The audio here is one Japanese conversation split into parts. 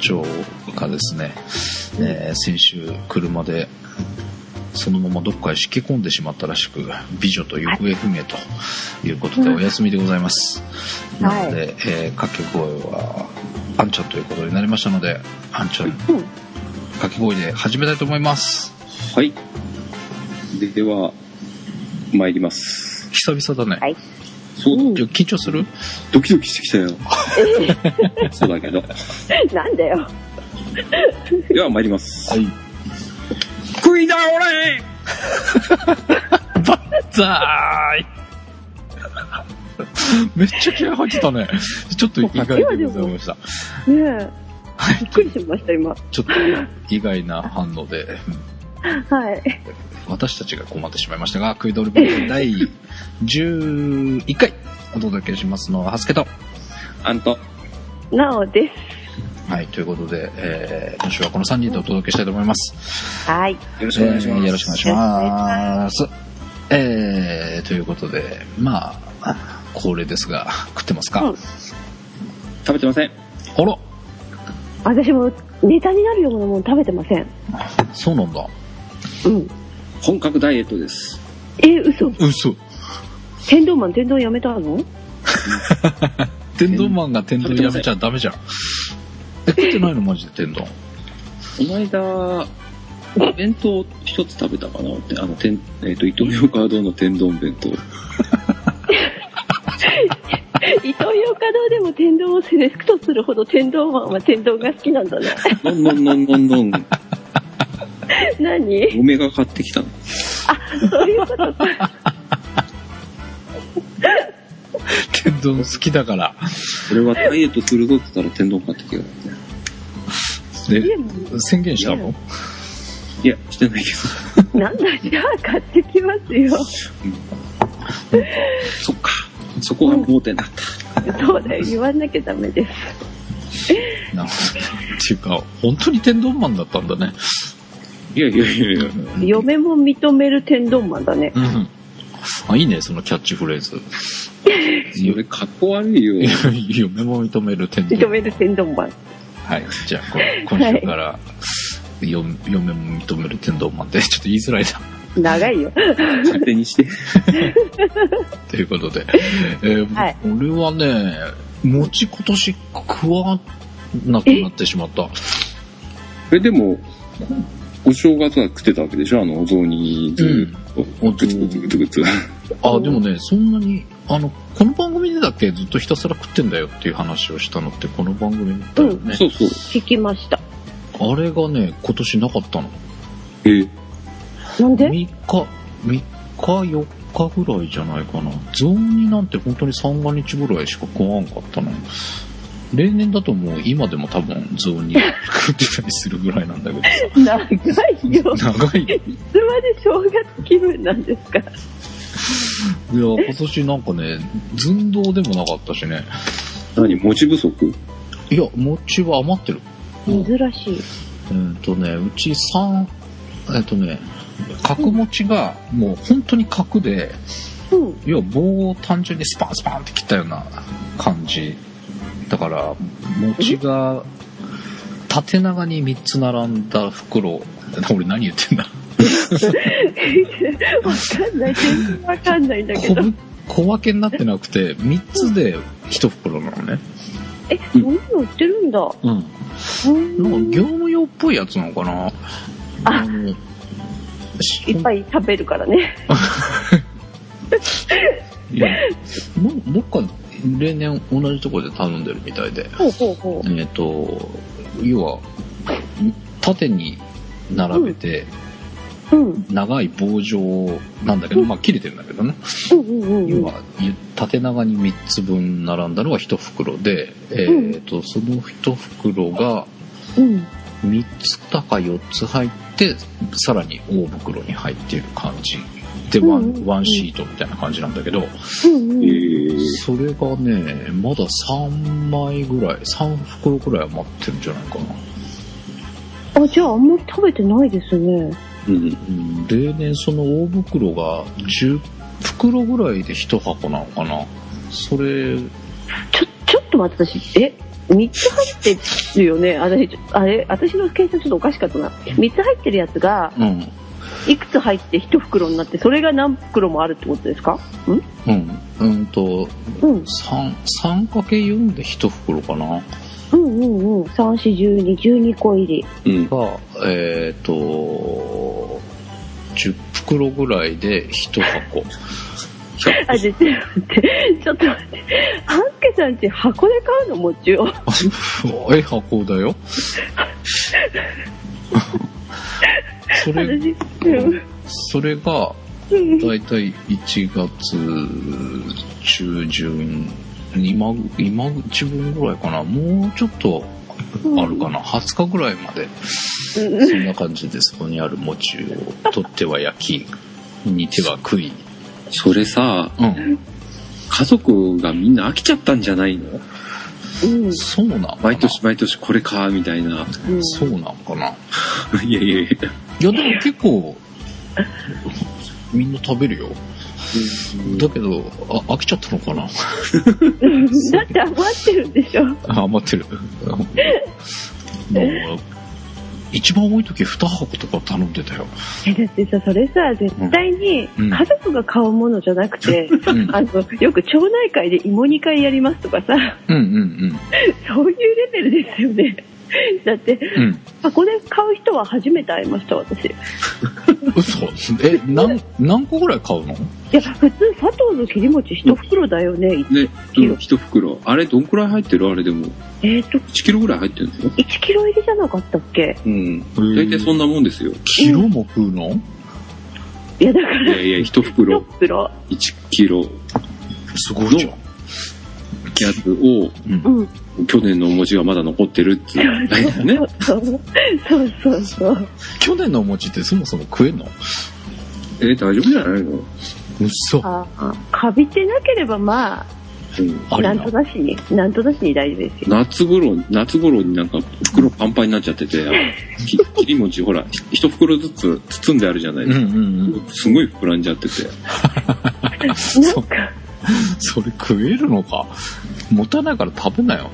長がですね、えー先週車でそのままどっかへしけ込んでしまったらしく美女と行方不明ということでうんお休みでございます、はないので、えー掛け声はあんちゃんということになりましたのであんちゃんうん掛け声で始めたいと思いますはい。ででは、参ります。久々だね、はいそうだ、うんいや緊張するドキドキしてきたよ。そうだけど。 なんだよ。では、参ります。い食い倒れ ざーい めっちゃ気合入ってたね。ちょっと意外でございました。ねえ。びっくりしました、今。ちょっと意外な反応で、うんはい。私たちが困ってしまいましたが、クイドルブル第11回お届けしますのは、ハスケと。あんた。なおではい、ということで、えー、今週はこの3人でお届けしたいと思います。す。はい。よろしくお願いします。えーよろしくお願いします。えー、ということで、まあ、恒例ですが、 食ってますか、うん食べてません。あら私もネタになるようなもの食べてません。そうなんだ。うん。本格ダイエットです。え、嘘。嘘。天丼マン、天丼やめたの天丼マンが天丼やめちゃダメじゃん。え、食ってないのマジで天丼。 この間、お弁当一つ食べたかなって、あの、てんえっ、と、伊藤洋華堂の天丼弁当。伊藤洋華堂でも天丼をセレクトするほど天丼マンは天丼が好きなん だね。のんのんのんのんのん、何嫁が買ってきたの。そういうことか。天丼好きだから。俺はダイエットするぞって言ったら天丼買ってきたからね。え、家も宣言したのいや、してないけど。なんだ、じゃあ買ってきますよ。そっか。そこが盲点だった。そうだよ、言わなきゃダメです。なるほど。っていうか、本当に天丼マンだったんだね。いやいやいやいや。嫁も認める天丼マンだね。うん。あ、いいね、そのキャッチフレーズ。それかっこ悪いよ。嫁も認める天認丼。める天丼マン。はい。じゃあ、こ今週から、よ嫁も認める天丼マンで、 ちょっと言いづらいな。長いよ。勝手にして。ということで、えーはい俺はね、餅今年食わなくなってしまった。え、でも、お正月は食ってたわけでしょあの、お雑煮ずっと。うんグツグツグツグツ。あ、でもね、そんなに、あの、この番組でだっけずっとひたすら食ってんだよっていう話をしたのって、この番組だったよね。そうそう。聞きました。あれがね、今年なかったの。え、なんで3日、3日、4日ぐらいじゃないかな。雑煮なんて本当に三が日ぐらいしか食わんかったの。例年だともう今でも多分雑煮 食ってたりするぐらいなんだけど長い よ。さ。長い。いや、いつまで正月気分なんですか。今年なんかね、寸胴でもなかったしね。何餅不足いや、餅は余ってる。珍しい。うんとね、うち3、えっとね、角持ちがもう本当に角で、うん。要は棒を単純にスパンスパンって切ったような感じ。だから、餅が縦長に3つ並んだ袋。俺何言ってんだわかんない。全然わかんないんだけ小ど。ぶ小分けになってなくて、3つで1袋なのね。え、そんなの売ってるんだ。うん。うんなんか業務用っぽいやつなのかなあのしいっぱい食べるからね。いや、もどっか例年同じとこで頼んでるみたいで、ほうほうほえっ、と、要は、縦に並べて、う。うん。長い棒状なんだけど、まあ切れてるんだけどね。うんうんう要んうん。は、縦長に3つ分並んだのが1袋で、えっ、と、その1袋がうん。 3つだか4つ入って、さらに大袋に入っている感じ。で、ワうんうんうンんワンシートみたいな感じなんだけど、うんえうん。ー、それがね、まだ3枚ぐらい、3袋ぐらい余ってるんじゃないかな。あ、じゃああんまり食べてないですね。ううん。ん例年その大袋が10袋ぐらいで1箱なのかな。それ、ちょ、ちょっと待って、私、え、 3つ入ってるよね。あれ、あれ私の計算ちょっとおかしかったな。3つ入ってるやつが、うん。いくつ入って1袋になって、それが何袋もあるってことですかうん。うんと、んうん。 3、三かけ4で1袋かなうんうんうん。3、4、12、12個入り。うん。が、えっ、と、10袋ぐらいで1箱。あ、じゃ、ちょっと待って。ちょっと待って。ハンケさんち箱で買うの餅を。え、箱だよ。それ、私、うん。それが、うんだいたい1月中旬、今、今自分ぐらいかな。もうちょっとあるかな。20日ぐらいまで、うんそんな感じでそこにある餅を取っては焼き、煮ては食い。それさ、うん。家族がみんな飽きちゃったんじゃないのうん。そうなんかな毎年毎年これか、みたいな。うんそうなんかな。 いやいやいや。いや、でも結構、みんな食べるよ。だけど、あ、飽きちゃったのかなだって余ってるんでしょ。 あ、余ってる。もう、一番多い時2箱とか頼んでたよ。えだってさ、それさ、絶対にうん家族が買うものじゃなくて、うん、あの、よく町内会で芋煮会やりますとかさ、うん、うん、そういうレベルですよね。だって、うん。箱で買う人は初めて会いました、私。いうん。嘘え、なん、何個ぐらい買うのや、普通、砂糖の切り餅一袋だよね。ね、キロ一袋。あれどんくらい入ってるあれでも。えっ、と、 1キロぐらい入ってるんですよ。 1キロ入りじゃなかったっけうん。大体そんなもんですよ。キロも食うのいや、だから、いやいや、一一袋袋。 1キロすごいじゃん。やつを、うんう。ん。去年のお餅がまだ残ってるって いう。大体ね。そうそうそうそう。去年のお餅ってそもそも食えんのえー大丈夫じゃないの嘘ああ、かびてなければ、まうん。ああ、りななんとなしに、なんとなしに大丈夫ですよ。夏頃、夏頃になんか袋パンパンになっちゃってて、あのき切り餅ほら、ひ一袋ずつ包んであるじゃないうんでうすか。んうん。すごい膨らんじゃってて。なそんか、それ食えるのか。持たないから食べなよ。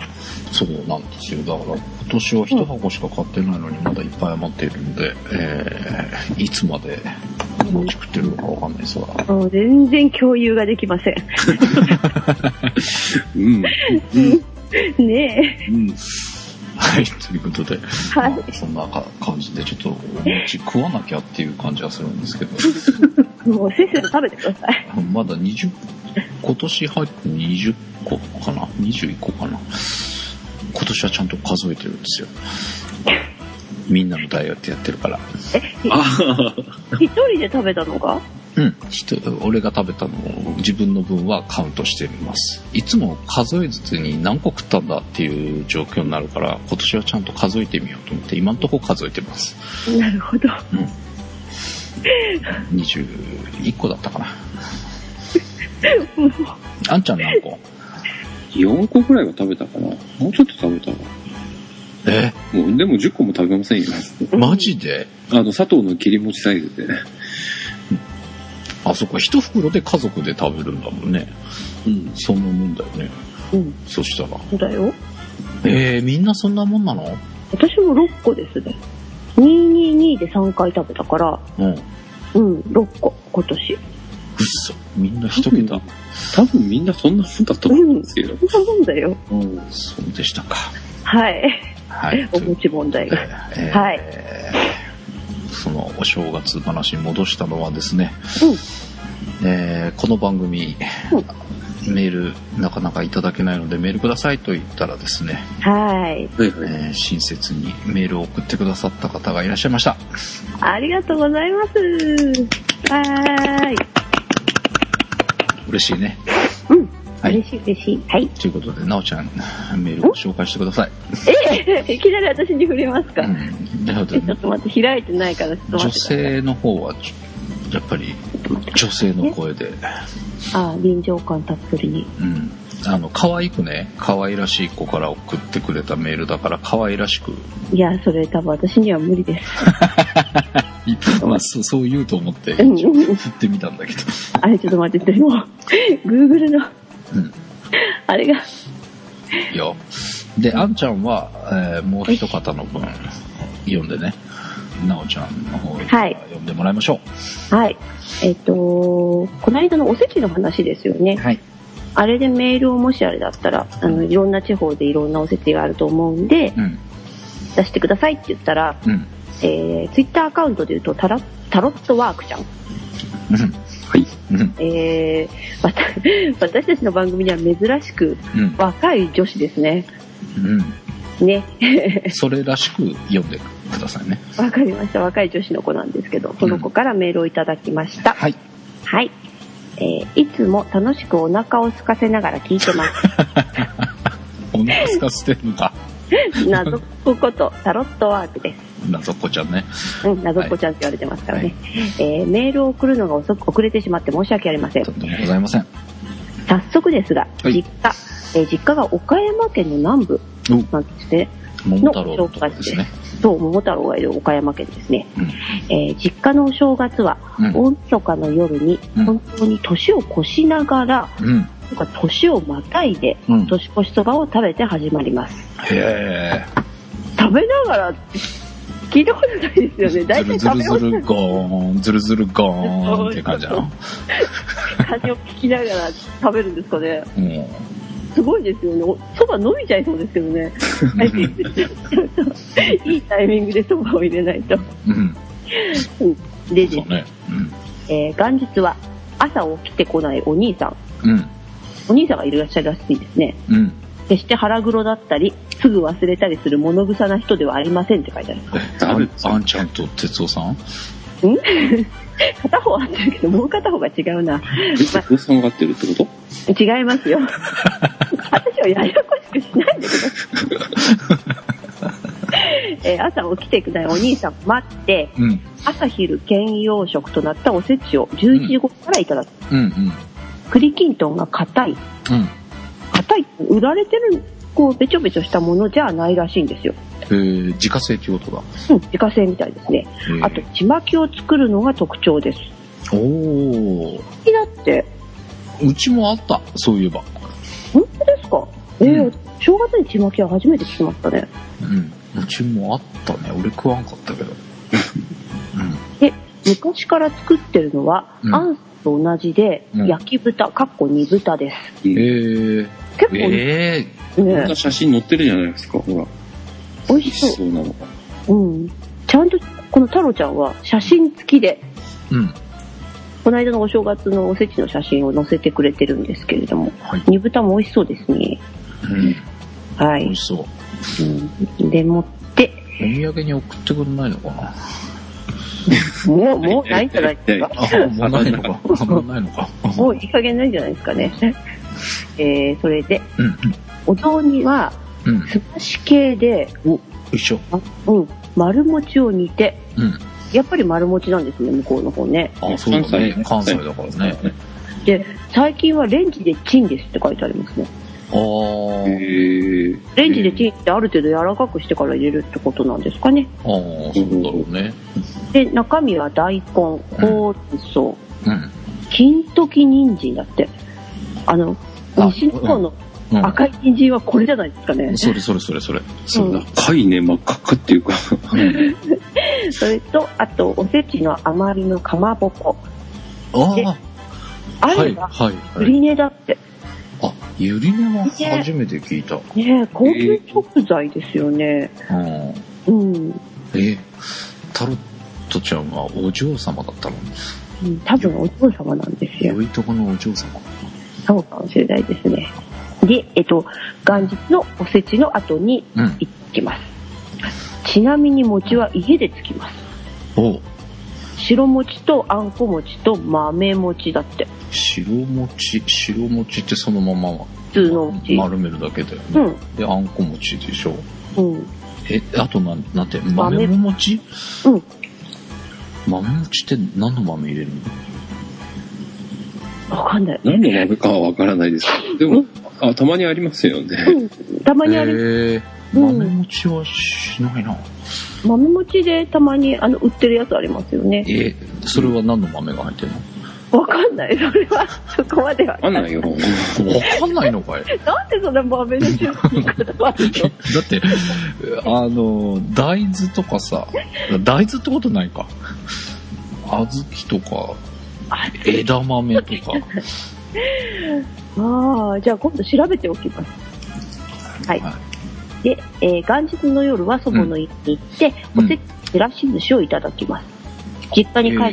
そうなんですよ。だから、今年は一箱しか買ってないのにまだいっぱい余っているんで、えー、いつまで持ち食ってるのかわかんないですが。もう全然共有ができません。 うん。ねうん。はい、ということで、え。はいま。あそんなか感じで、ちょっとお餅食わなきゃっていう感じはするんですけど、もうせっせと食べてくださ い。まだ20、今年入って20個かな ?21 個かな今年はちゃんと数えてるんですよ。みんなのダイエットやってるから。ああ、一人で食べたのがうん、人俺が食べたのを自分の分はカウントしてみますいつも数えずつに何個食ったんだっていう状況になるから今年はちゃんと数えてみようと思って今んとこ数えてますなるほど。 21個だったかなあんちゃん何個4個くらいは食べたかな。もうちょっと食べたかえな。もう、でも10個も食べませんよ。マジであの、砂糖の切り餅サイズでね。あそっか一袋で家族で食べるんだもんねうん。そんなもんだよねうん。そしたらそうだよ。えー、みんなそんなもんなの私も6個ですね。222で3回食べたから、うんうっうん、6個、今年。そみんな一桁多分みんなそんなもんだと思うんですけど。そんなもんだよ。うん。そうでしたかはい。 はいお餅問題が。えーはそのお正月話に戻したのはですね、うんえーこの番組、メールなかなかいただけないのでメールくださいと言ったらですね、はい。はいはい。えー親切にメールを送ってくださった方がいらっしゃいました。ありがとうございます。はーい。嬉しいね。うん。はい嬉しい嬉しい。はい。ということで、なおちゃん、メールを紹介してください。え いきなり私に触れますか、うん、なのえで ちょっと待って、開いてないから、ちょっと待女ってください。性の方は、ちょやっぱり女性の声で、ああ、臨場感たっぷりに。うん。あの、可愛くね、可愛らしい子から送ってくれたメールだから、可愛らしくいや、それ多分私には無理です。 まあ、そう、そう言うと思って、うん振ってみたんだけど。あれ、ちょっと待って、でも、Google の、うん。あれが、いや、で、あんちゃんは、えーもう一方の分、読んでね、なおちゃんの方はい読んでもらいましょはい。えっ、と、この間のおせちの話ですよねう。。はい。あれでメールをもしあれだったら、あの、いろんな地方でいろんなおせちがあると思うんで、うん、出してくださいって言ったら、うん、えー、ツイッターアカウントで言うとタラ、タロットワークちゃん。うん、はい。うん、えー、わた私たち の番組には珍しくうん、若い女子ですね。うね。 ん。それらしく読んでくださいね。わかりました。若い女子の子なんですけど、その子からメールをいただきました。はい。はい。えー、いつも楽しくお腹を空かせながら聞いてます。 お腹すかしてるのか。謎っ子ことタロットワークで謎っこちゃんね。す。うん、謎っ子ちゃんって言われてますからね。えーメールを送るのが遅く遅れてしまって申し訳ありませんと。んでもございません。早速ですが、はい実家、えー実家が岡山県の南部なんですね。桃太郎のとこですね。そう、桃太郎がいる岡山県ですね。うんえー実家のお正月は、うん、大晦日の夜にうん本当に年を越しながら、うん、なんか年をまたいでうん。年越しそばを食べて始まりますへえ。食べながらって聞いたことないですよね大体ず食るべずるず終わるゴーン、ずるずるゴーンって感じなの。った風を聞きながら食べるんですかねうん。すごいですよねおそば飲みちゃいそうですけどね いいタイミングでそばを入れ ないとうん。ででそうね。えー元日は朝起きてこないお兄さんうん。うん。お兄さんがいらっしゃるらしいですねうん。決して腹黒だったりすぐ忘れたりする物臭な人ではありませんって書いてあるあんあんちゃんと哲夫さん片方は合ってるけどもう片方が違うなえ、お父さんが合ってるってこと違いますよ私はややこしくしないんだけどえー朝起きてくないお兄さん待ってうん。朝昼兼用食となったおせちを11時頃からいただく、うんうん。栗きんとんが硬いうん。硬いって売られてるこうべちょべちょしたものじゃないらしいんですよ、えー、自家製ってことだ。うん、自家製みたいですねえーあと、ちまきを作るのが特徴ですおー。気になってうちもあった、そういえば。本当ですかえーうん正月にちまきは初めて聞きましたねうん。うちもあったね。俺食わんかったけど。昔から作ってるのは、うんあんと同じで、うん焼き豚、かっこ煮豚です。うん。えー。結構ね、えこんな写真載ってるじゃないですか。ほら、美美味味ししそそうなのが。う。うん。ちゃんと、この太郎ちゃんは写真付きで、ー。うん。この間のお正月のおせちの写真を載せてくれてるんですけれども、はい。煮豚も美味しそうですね。うん。は美味い。しそう。でもって、お土産に送ってくれないのかなもう、もうないんじゃないですか。あ、もうないの か。もうないのか。もういい加減ないんじゃないですかね。えー、それで、うん。お雑煮は、うん。うん。すまし系で、一緒。うん、丸餅を煮て、うん。やっぱり丸餅なんですね、向こうの方ね。あ、そうだね。関関西西だからね。で、最近はレンジでチンですって書いてありますね。あー。へえ。レンジでチンってある程度柔らかくしてから入れるってことなんですかね。あー、そうだろうね。で、中身は大根、ほうれん草、うん。金時人参だって。あの、あ西日本のうん。赤い人参はこれじゃないですかね。それそれそれそれ。そんうな、赤いね、真っ赤っかっていうか。うんそれと、あと、おせちの余りのかまぼこ。あであ、あはれい、ば、はい、は売い。り値だって。あ、ゆり根は初めて聞いた。うねえ高級食材ですよね。ん。うん。え、タロットちゃんはお嬢様だったのうん多分お嬢様なんですよ。良いとこのお嬢様。そうかもしれないですね。で、えっと、元日のおせちの後にうん。行きます。ちなみに餅は家でつきます。おう白餅とあんこ餅と豆餅だって。白餅、白餅ってそのまま普通の餅。丸めるだけだようね。ん。で、あんこ餅でしょ。うん。え、あとなん、なんて、豆も餅うん。豆餅って何の豆入れるのわかんない。何の豆かはわからないですけど。でも、あ、たまにありますよね。うん。たまにあれ、えー、うん豆餅はしないな。豆餅でたまにあの売ってるやつありますよね。え、それは何の豆が入ってるのわかんない。それは、そこまでは。あんないよ。わかんないのかいなんでそんな豆の種類に こだわるのだって、あの、大豆とかさ、大豆ってことないか。小豆とか、あ枝豆とか。ああ、じゃあ今度調べておきます。はいで、えー元日の夜は祖母の家に行って、うんおせちちらし寿司をいただきます。実家に帰って、え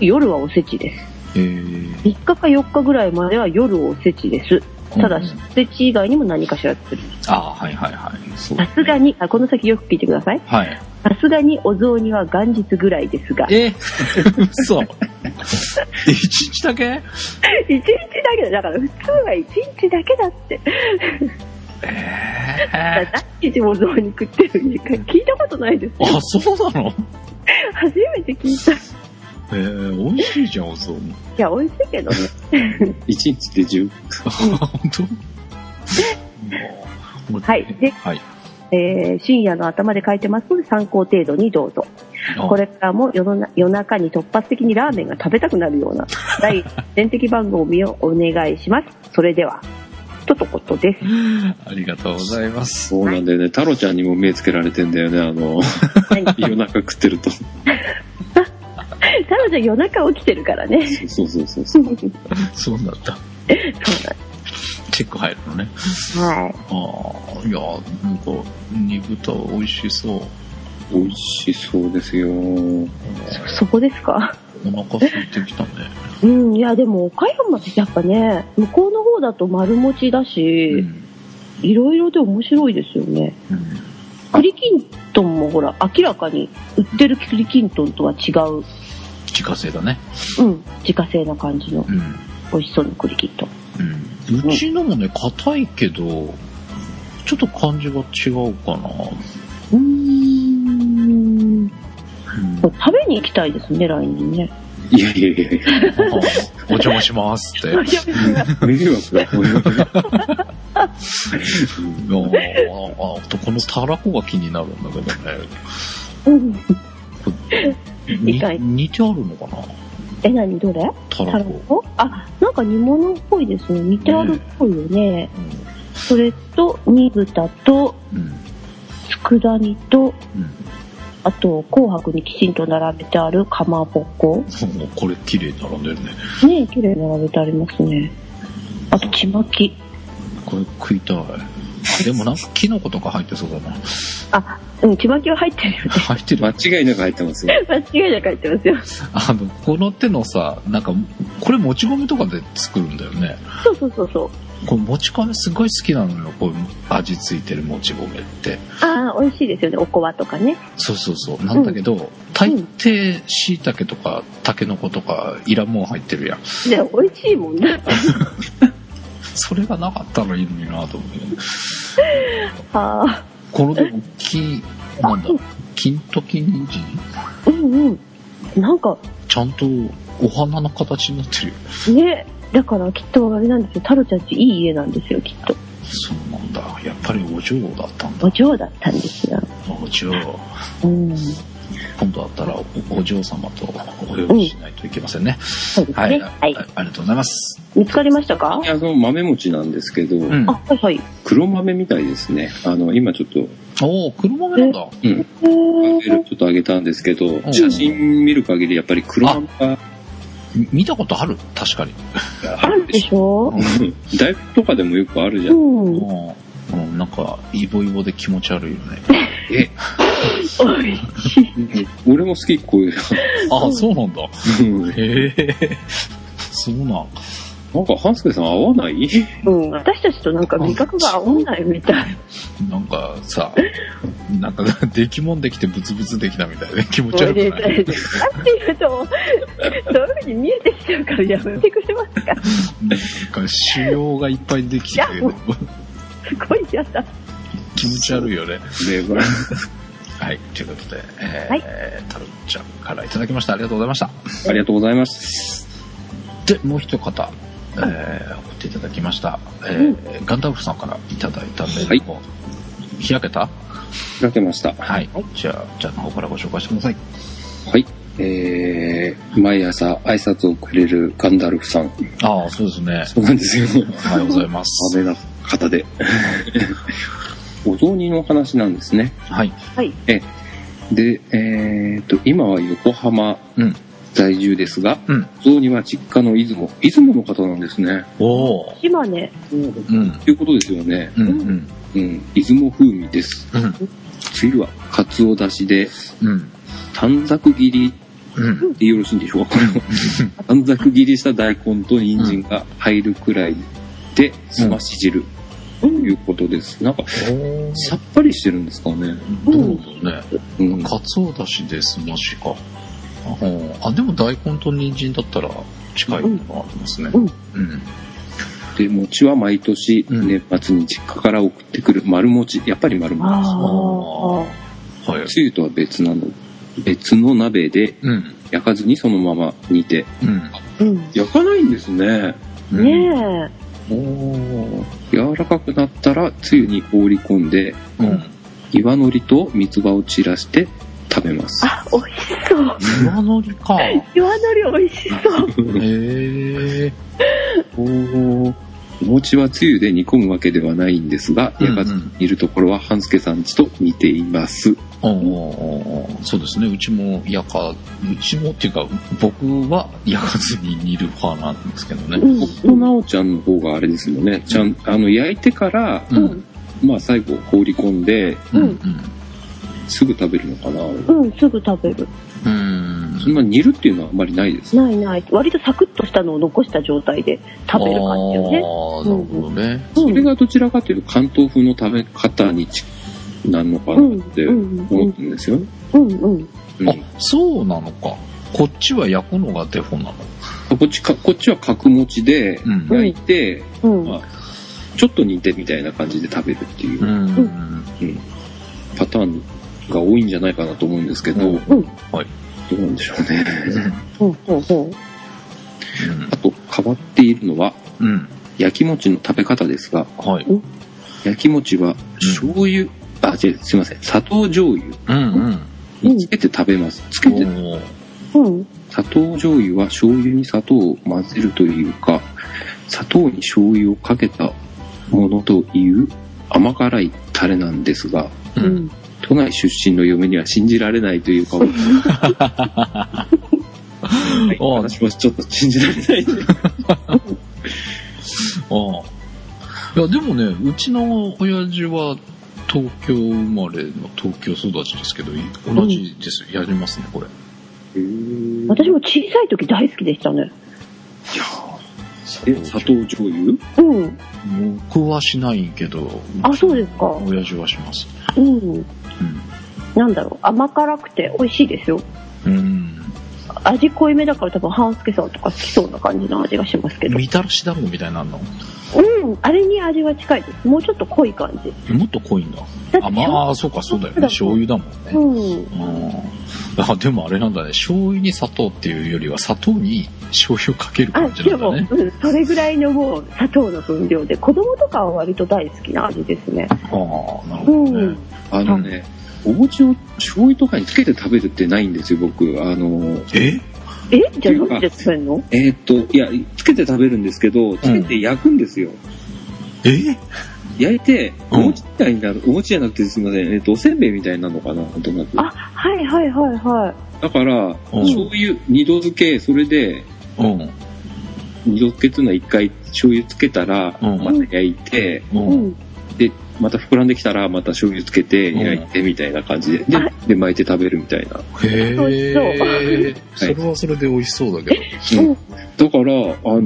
ー夜はおせちです。えー3日か4日ぐらいまでは夜おせちです。ただしうん、おせち以外にも何かしらやってる。あーはいはいはい。そうさすがに、あ、この先よく聞いてください。はい。さすがにお雑煮は元日ぐらいですが、1え嘘。一日だけ日だけだ、だから普通は1日だけだって。え何日もお雑煮食ってる家聞いたことないです。ー、あ、そうなの初めて聞いた。いえー、美味しいじゃん、お雑煮。や、美味しいけどね。一日で十。本当もうはい ではい。えー深夜の頭で書いてますので参考程度にどうぞ。あこれからも夜のな夜中に突発的にラーメンが食べたくなるよう な第点的番組をお願いします。それでは、とのことです。 ありがとうございます。そうなんだよね。太郎ちゃんにも目つけられてんだよね。あの、何太夜中食ってると。そ郎ちゃん夜中起きてるからね。うそうそうそうそ。そううなんでそうなんだ。チェック入るのね。す。はい。ああ、いや、なんか、煮豚美味しそう。美味しそうですよ。そこですかお腹空いてきたね。うん、いやでも岡山ってやっぱね、向こうの方だと丸持ちだうし、ん。いろいろで面白いですよね。うん栗きんとんもほら、明らかに売ってる栗きんとんとは違う、自家製だね。うん、自家製な感じのうん。美味しそうな栗きんとん。うん。うちのもね、硬いけど、ちょっと感じが違うかな。ううーん。ん食べに行きたいですね、来年ね。いやいやいやいや。あお邪魔します って。 迷惑だ。迷惑だ。うんあああとこのたらこが気になるんだけどね。うんにいかい似てあるのかなえ、何どれたタらラこ。コあ、なんか煮物っぽいですね。煮てあるっぽいよね。それと、煮豚と、うん。うん。佃煮と、うんあと、紅白にきちんと並べてあるかまぼっもこ。うこれ綺麗に並んでるね。ねえ綺麗に並べてありますね。あと、ちまき。これ食いたい。でもなんかキノコとか入ってそうだ な。あ、うん、ちまきは入ってるよ。 入ってる。間違いなく入ってますね。間違いなく入ってますよ。あの、この手のさ、なんか、これもち米とかで作るんだよね。そうそうそうそう。これもち米すごい好きなのよ。こういう味付いてるもち米って。ああ、美味しいですよね。おこわとかね。そうそうそう。なんだけど、大抵椎茸とかタケノコとかいらんもん入ってるやん。で、美味しいもんね。それがなかったらいいのになと思うけど。ああ。このでもき、なんだ、金時人参うんうん。なんか、ちゃんとお花の形になってるよ。ね、だからきっとあれなんですよ。タロちゃんちいい家なんですよ、きっと。そうなんだ。やっぱりお嬢だったんだ。お嬢だったんですよ。お嬢。うん。今度会ったらおお嬢様とお呼びしないといけませんね。そうですはい、ね。あはい。あありがとうございます。見つかりましたかいや、その豆餅なんですけど、うんあ、。はいはい。へ黒豆みたいですね。あの、今ちょっと、おお、黒豆なんだ。うん、ちょーっとあげたんですけど、ん写真見る限りやっぱり黒豆が、み見たことある確かに。あるでしょうん大福とかでもよくあるじゃ。うんん。おもう、うん、なんか、イボイボで気持ち悪いよね。え、い。俺も好き、こういう。あ、そうなんだ。うんへえ。そうなん。なんか、半助さん合わないうん。私たちとなんか味覚が合わないみたい。なんかさ、なんか、できもんできてブツブツできたみたいで気持ちそれ悪で、くそないれで。なんていうと、そういうふうに見えてきちゃうからやめてくれますかなんか腫瘍がいっぱいできていてやもう、すごい嫌だ。 気持ち悪いよね。ねこれはい、ということで、はいえー、タロちゃんからいただきました。ありがとうございました。 ありがとうございます。で、もう一方、えー、送っていただきました。えーガンダルフさんからいただいたんで、はいもう開けた開けました。はい。じゃあ、じゃあの方からご紹介してください。はい。えー、毎朝挨拶をくれるガンダルフさん。ああ、そうですね。そうなんですよ。おはようございます。 ダメな方で。 お雑煮の話なんですね。はい。はい。で、えー、と、今は横浜うん在住ですが、うんお雑煮は実家の出雲。出雲の方なんですね。おお。島根。うん。ということですよね。うんうん。うん。出雲風味です。うん。次は、カツオだしで、うん。短冊切りうん。でよろしいんでしょうかこれ は。短冊切りした大根と人参が入るくらいで、すまし汁ということです。なんか、おお。さっぱりしてるんですかね。どうだろうね。うん。かつおだしですマジか。あうんあ、でも大根と人参だったら近いのがありますね。うんうん。で、餅は毎年、うん年末に実家から送ってくる丸餅。やっぱり丸餅です。あはい。つゆとは別なの。別の鍋でうん。焼かずにそのまま煮て。うん。うん。焼かないんですね。うんねおー柔らかくなったら、つゆに放り込んで、うん。岩のりと三つ葉を散らして食べますえ。。あ、美味しそう。岩のり か。へ岩のり美味しそう。え。おーお餅はつゆで煮込むわけではないんですが、うんうん焼かずに煮るところは半助さんちと似ています。ああ、そうですね。うちも焼か、うちもっていうか、僕は焼かずに煮る派なんですけどね。ん僕となおちゃんの方があれですよね。ちゃん、あの、焼いてから、う。うんん。まあ最後放り込んで、うん。ううんん。すぐ食べるのかな。うん、すぐ食べる。うんそんな煮るっていうのはあんまりないですね。ないない。割とサクッとしたのを残した状態で食べる感じよね。ああ、なるほどね。うそれん。がどちらかというと関東風の食べ方にちなるのかうんなってうんう思っんたんですよ。うんうんうん。あ、そうなのか。こっちは焼くのがデフォなの。こっちか、こっちは角餅でうん。焼いて、うんまあちょっと煮てみたいな感じで食べるっていううんパターンが多いんじゃないかなと思うんですけど、うんどうんうなんでしょうね。うんうんあと変わっているのはうん。うん。焼き餅の食べ方ですが、はい。焼き餅は醤油、あ、違う、すいません、砂糖醤油うんうん。につけて食べます。つけて、おーうん砂糖醤油は醤油に砂糖を混ぜるというか、砂糖に醤油をかけたものという甘辛いタレなんですが、う。うんん都内出身の嫁には信じられないという顔。はい私もちょっと信じられない。ああ。いや、でもね、うちの親父は東京生まれの東京育ちですけど、同じです。やりますね、これ。私も小さい時大好きでしたね。え砂糖醤油うん。僕はしないけど、あ、そうですか。親父はします。うん。うん。なんだろう。甘辛くて美味しいですよ。うん。味濃いめだから多分半助さんとか好きそうな感じの味がしますけど。みたらし団子みたいなの。うん。あれに味は近いです。もうちょっと濃い感じ。もっと濃いんだ。だってあ、まあ、そうか、そうだよね。醤油だもんね。ううん。んあでもあれなんだね醤油に砂糖っていうよりは砂糖に醤油をかけるあ、感じでなんも、だうねん、それぐらいのもう砂糖の分量で、子供とかは割と大好きな味ですね。ああなるうほどねん。あのね、お餅を醤油とかにつけて食べるってないんですよ、僕。あの、ええじゃあ何で作るのえーっ、と、いや、つけて食べるんですけど、つけて焼くんですよ。え焼いて、うおん餅みたいになる、お餅じゃなくてすみません、えーっ、と、おせんべいみたいになるのかな、なんとなく。あ、はいはいはいはい。だから、うん醤油、二度漬け、それで、うん二度漬けっていうのは一回醤油つけたら、うんまた焼いて、うんううんん。また膨らんできたら、また醤油つけて、焼いてみたいな感じで、ではい、で巻いて食べるみたいな。へえそれはそれで美味しそうだけどうんだから、あの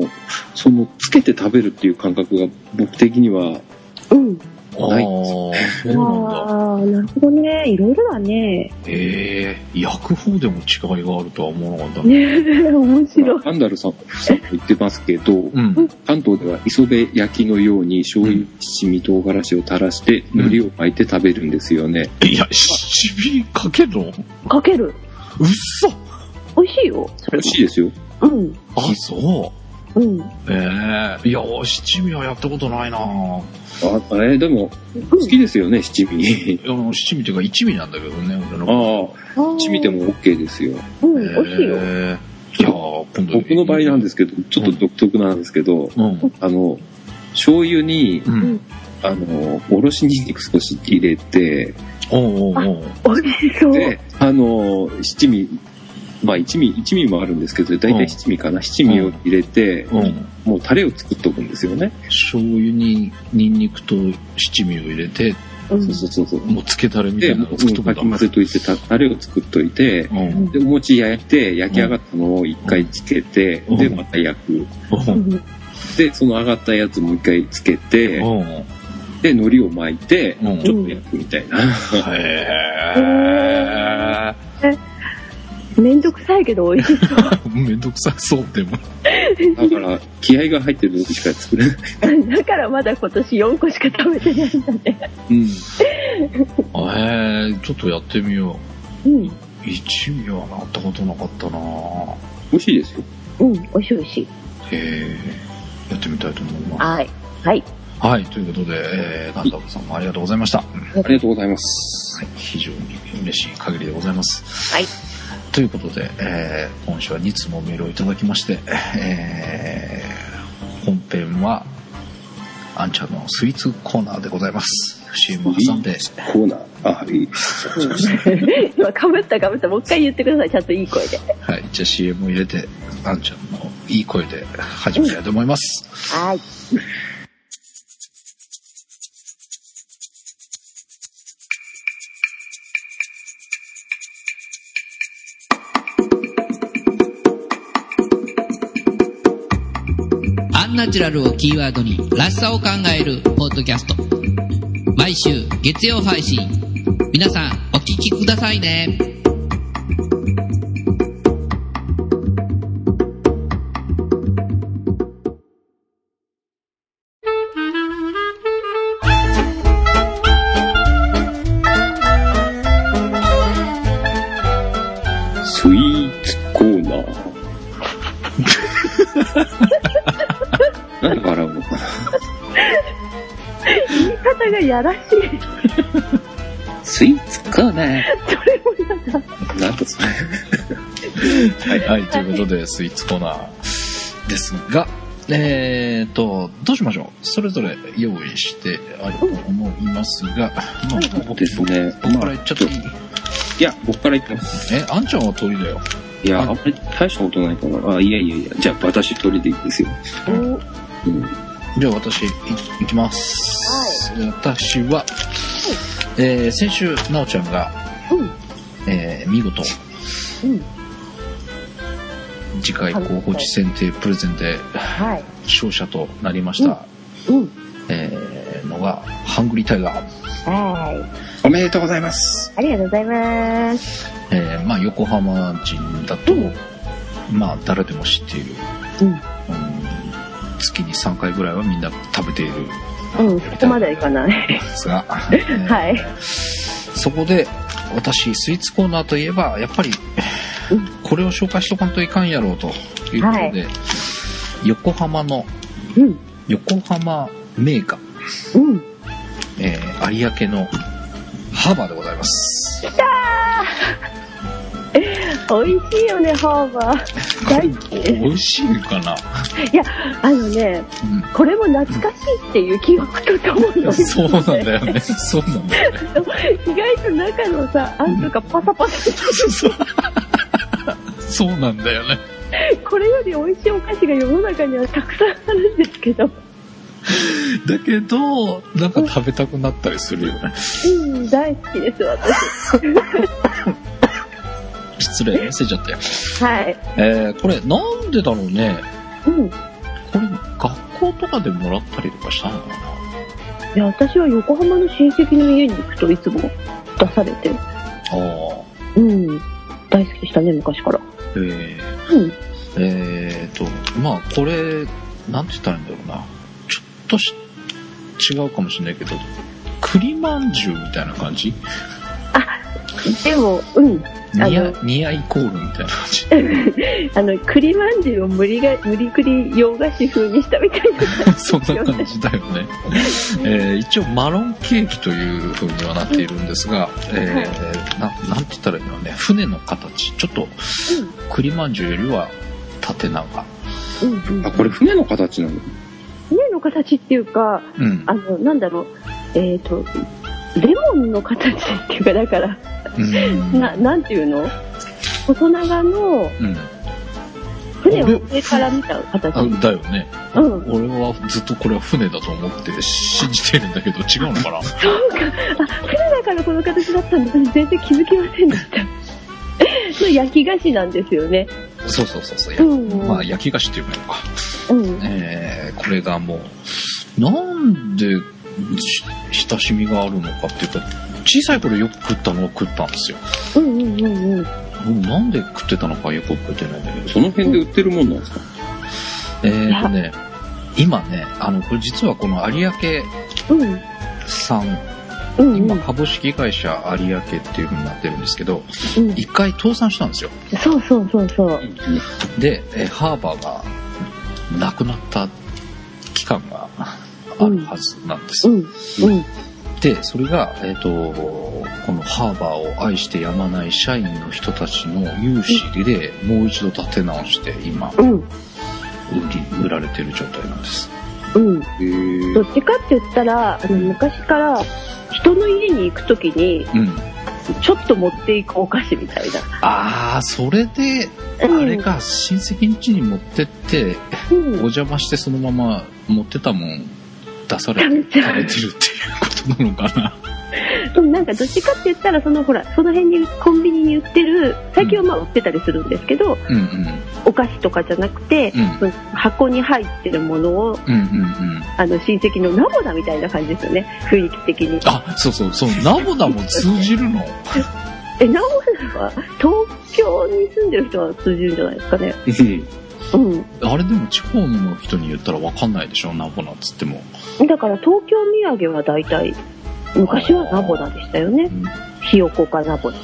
ーその、つけて食べるっていう感覚が僕的には、うん。あなあいそうなんだああ、なるほどね。いろいろだね。へえ焼く方でも違いがあるとは思わなかったねえ、面白い。アンダルさん、さんも言ってますけど、うん関東では磯辺焼きのように醤油、七味、唐辛子を垂らして、うん海苔を巻いて食べるんですよね。いやしびかけるのうっかける。そ美味しいよ。そ美れ味しいですよ。も。うん。あそううん。ええいやー七味はやったことないなぁあ、えーでも、好きですよね、七味。いやもう七味というか一味なんだけどね俺のああ、七味でも OK ですよ。うん、え美味しいよ。えいやー今度僕の場合なんですけど、ちょっと独特なんですけど、うんあの、醤油に、うんあの、おろしにんにく少し入れて、おうおうおう美味しそう。で、あの、七味、まあ一味、一味もあるんですけど、大体七味かな、七味を入れて、うんもうタレを作っとくんですよね。醤油にニンニクと七味を入れてうんそうそうそうそう。もうつけたれみたで、いなのもうを作っとくかんだき混ぜといて、たタレを作っといて、うんうんで、お餅焼いて、焼き上がったのを一回つけて、うんで、また焼く。うんうんで、その上がったやつもう一回つけて、で、海苔を巻いて、うんちょっと焼くみたいな。へめんどくさいけど美味しえ めんどくさそうでもだから、気合が入ってる時しか作れない。い。だからまだ今年4個しか食べてないんだね。うん。へえちょっとやってみようん。う一味はなったことなかったなぁ美味しいですよ。うん、美味しい美味しい。えーやってみたいと思いまはい。はい。す。はい、ということで、えー、ガンダムさんもありがとうございました。うんありがとうございます。はい、非常に嬉しい限りでございます。はい。ということで、えー今週は2つもメールをいただきまして、えー本編は、あんちゃんのスイーツコーナーでございます。CM を挟んで、コーナー。あ、はい。 今かぶったかぶった。もう一回言ってください。ちゃんといい声で。はい、じゃあ CM を入れて、あんちゃんのいい声で始めたいと思います。はい。アンナチュラルをキーワードにらしさを考えるポッドキャスト毎週月曜配信皆さんお聞きくださいねスイーツコーナ ー。なんで笑うのかな言い方がやらしい。スイーツコーナー。それもなんかなんだそれ。はい、ということで、スイーツコーナーですが、えーと、どうしましょうそれぞれ用意してあると思いますが、まあ僕ですね。僕から言っちゃっていいいや、僕から言ってます。え、あんちゃんは鳥だよ。いや、あんまり大したことないかな。あ、いやいやいや。じゃあ、私一人でいいですよ。うん。じゃあ私、いいきます。私は、えー、先週、なおちゃんが、うん。えー、見事、うん。次回候補地選定プレゼンではい。勝者となりました、うん。えー、のが、ハングリータイガー。はい。おめでとうございます。ありがとうございます。えー、まあ、横浜人だと、まあ、誰でも知っている。ううん月に3回ぐらいはみんな食べているんでん。うん、そこまではいかない。すが、 はいえーそこで私スイーツコーナーといえばやっぱりうんこれを紹介しとかんといかんやろうということで、横浜のうん。横浜名家、うん。えー有明のハーバーでございます美味しいよね、ハーバー。大好き。美味しいかな、あのね、これも懐かしいっていう記憶とともうん、 に。そうなんだよ ねそうなんだよね意外と中のさ、あんとかパサパサしてそうそうなんだよねこれより美味しいお菓子が世の中にはたくさんあるんですけど、だけどなんか食べたくなったりするよねうん、大好きです、私。失礼忘れちゃったよはい。えーこれなんでだろうねうん。いこれ学校とかでもらったりとかしたのかなや、私は横浜の親戚の家に行くといつも出されて、あうん、大好きでしたね、昔から。えー、うん。えーとまあこれなんて言ったらいいんだろうなちょっとし違うかもしれないけど栗まんじゅうみたいな感じでも、うん、あのニヤ、ニヤイコールみたいな感 じ。あの、栗まんじゅうを無理が、無理くり洋菓子風にしたみたいな。そんな感じだよね。 えー一応マロンケーキという風にはなっているんですが、えーななんて言ったらいいのね、船の形。ちょっと栗まんじゅうよりは縦長。うん、うん、うあ、ん。これ船の形なの船の形っていうか、うん。あの、なんだろう、えっ、と、レモンの形っていうか、だから、うんな、なんていうの細長のうん。船を上から見た形。あだよね。うん。俺はずっとこれは船だと思って信じてるんだけど違うのかなあ、船だからこの形だったんだ。私全然気づきませんで した。の焼き菓子なんですよね。そうそうそうそう。やうんうん。まあ、焼き菓子っていうのか。うん。えーこれがもう、なんで、し親しみがあるのかっていうか、小さい頃よく食ったのは食ったんですよ。うんうんうんうもん。うなんで食ってたのかよく覚えてないんだけど。その辺で売ってるもんなんですかえーとね、今ね、あの、これ実はこの有明うん。さん、うんうん今株式会社有明っていう風になってるんですけど、うん、一回倒産したんですよ。そうそうそうそう。で、えーハーバーが亡くなった期間があるはずなんですう。ん、うん、で、それが、えっ、と、このハーバーを愛してやまない社員の人たちの有志で、もう一度立て直して、今、売うん、り、売られてる状態なんです。うん。へどーっちかって言ったら、あの昔から、人の家に行くときに、うん。ちょっと持っていくお菓子みたいな。あー、それで、あれか、親戚ん家に持ってって、うおんうん。邪魔してそのまま持ってたもん、出さ れ食べて、ち食ゃべうてるっていうことなのかな。うんなんかどっちかって言ったら、そのほら、その辺にコンビニに売ってる、最近はまあ売ってたりするんですけど、うんお菓子とかじゃなくてう、ん。うん。その箱に入ってるものを、うんうんうん。あの、親戚のナボナみたいな感じですよね。雰囲気的に。あ、そうそう、そう、ナボナも通じるのえ、ナボナは、東京に住んでる人は通じるんじゃないですかね。うん。あれでも地方の人に言ったら分かんないでしょ、ナボナっつっても。だから東京土産は大体昔はナボナでしたよねうんひよこかナボナ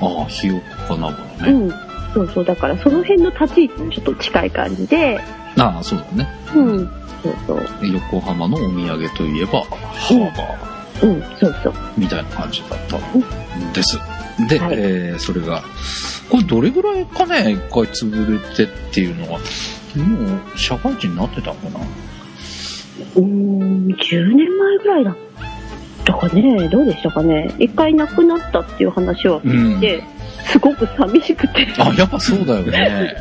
ああ、ひよこかナボナうね。んそうそうだからその辺の立ち位置にちょっと近い感じでああ、そうだね。うんそうそう横浜のお土産といえば、ハーバうんそうそうーみたいな感じだったんです。で、はいえーそれが、これどれぐらいかね、一回潰れてっていうのは、もう社会人になってたのかなうーん10年前ぐらいだだからねどうでしたかね一回亡くなったっていう話は聞いて、すごく寂しくてあ、やっぱそうだよね。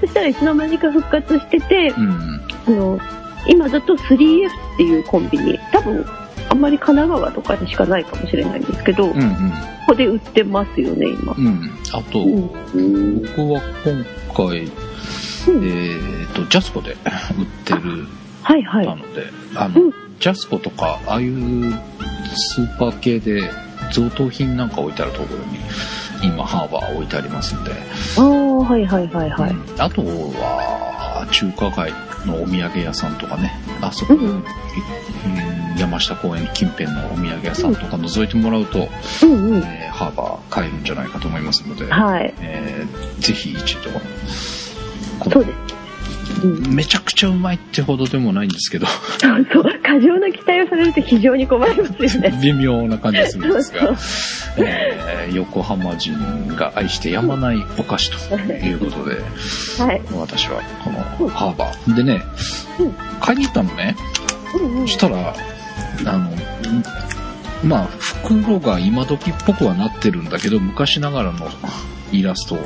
そしたら いつの間にか復活しててうん。あの今だと 3F っていうコンビニ多分あんまり神奈川とかにしかないかもしれないんですけど、うんうん。ここで売ってますよね、今。うん。あと、うんうん僕は今回、うんえっと、ジャスコで 売ってるはいはいな。ので、あの、うんジャスコとか、ああいうスーパー系で贈答品なんか置いてあるところに、今、ハーバー置いてありますんで、ああ、はいはいはいはい。うんあとは、中華街のお土産屋さんとかね、あそこ、うんうん山下公園近辺のお土産屋さんとか覗いてもらうと、うんうん。えーハーバー買えるんじゃないかと思いますので、はい。えーぜひ一度、こそうのです。 うん、めちゃくちゃうまいってほどでもないんですけど、そうそう過剰な期待をされると非常に困りますよね。微妙な感じがするんですそがう、えー横浜人が愛してやまないお菓子ということで、はい。私はこのハーバー。でねうん、買いに行ったのね。うんうんそしたら、あの、まあ、袋が今時っぽくはなってるんだけど、昔ながらのイラストを、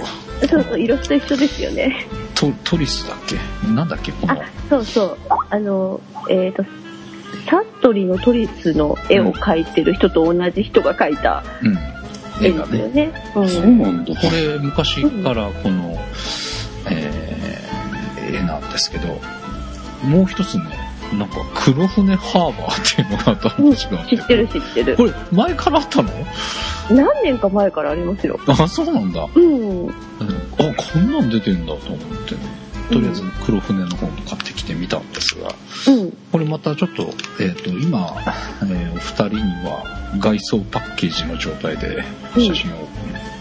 そうそう、色と一緒ですよね。トトリスだっけなんだっけこのあ、そうそう。あの、えっ、と、サントリーのトリスの絵を描いてる人と同じ人が描いたうん、絵絵でがすよね。ね。う。そうんなんだ。これ、昔からこの、えー絵なんですけど、もう一つね、なんか、黒船ハーバーっていうのがあった話があって。知ってる知ってるこ。れ、前からあったの何年か前からありますよ。あ、そうなんだ。うん。ううん。んあ、こんなん出てんだと思って、とりあえず黒船の方も買ってきてみたんですが、これまたちょっと、えっ、と、今、えーお二人には外装パッケージの状態で写真を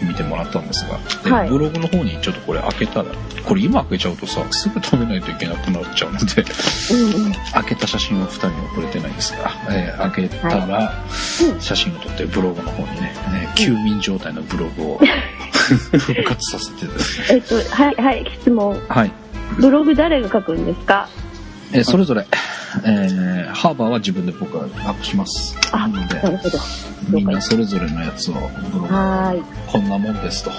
見てもらったんですが、ではいブログの方にちょっとこれ開けたら、これ今開けちゃうとさ、すぐ食べないといけなくなっちゃうので、 うんうん。開けた写真は2人に送れてないんですが、えー開けたらうん写真を撮ってブログの方にね、えー休眠状態のブロ グを復活させてえっと、はい、はい、質問。はい、ブログ誰が書くんですかえーそれぞれ、えーハーバーは自分で僕はアップしますなあのでなるほど。みんなそれぞれのやつをブログはーい。こんなもんですと、は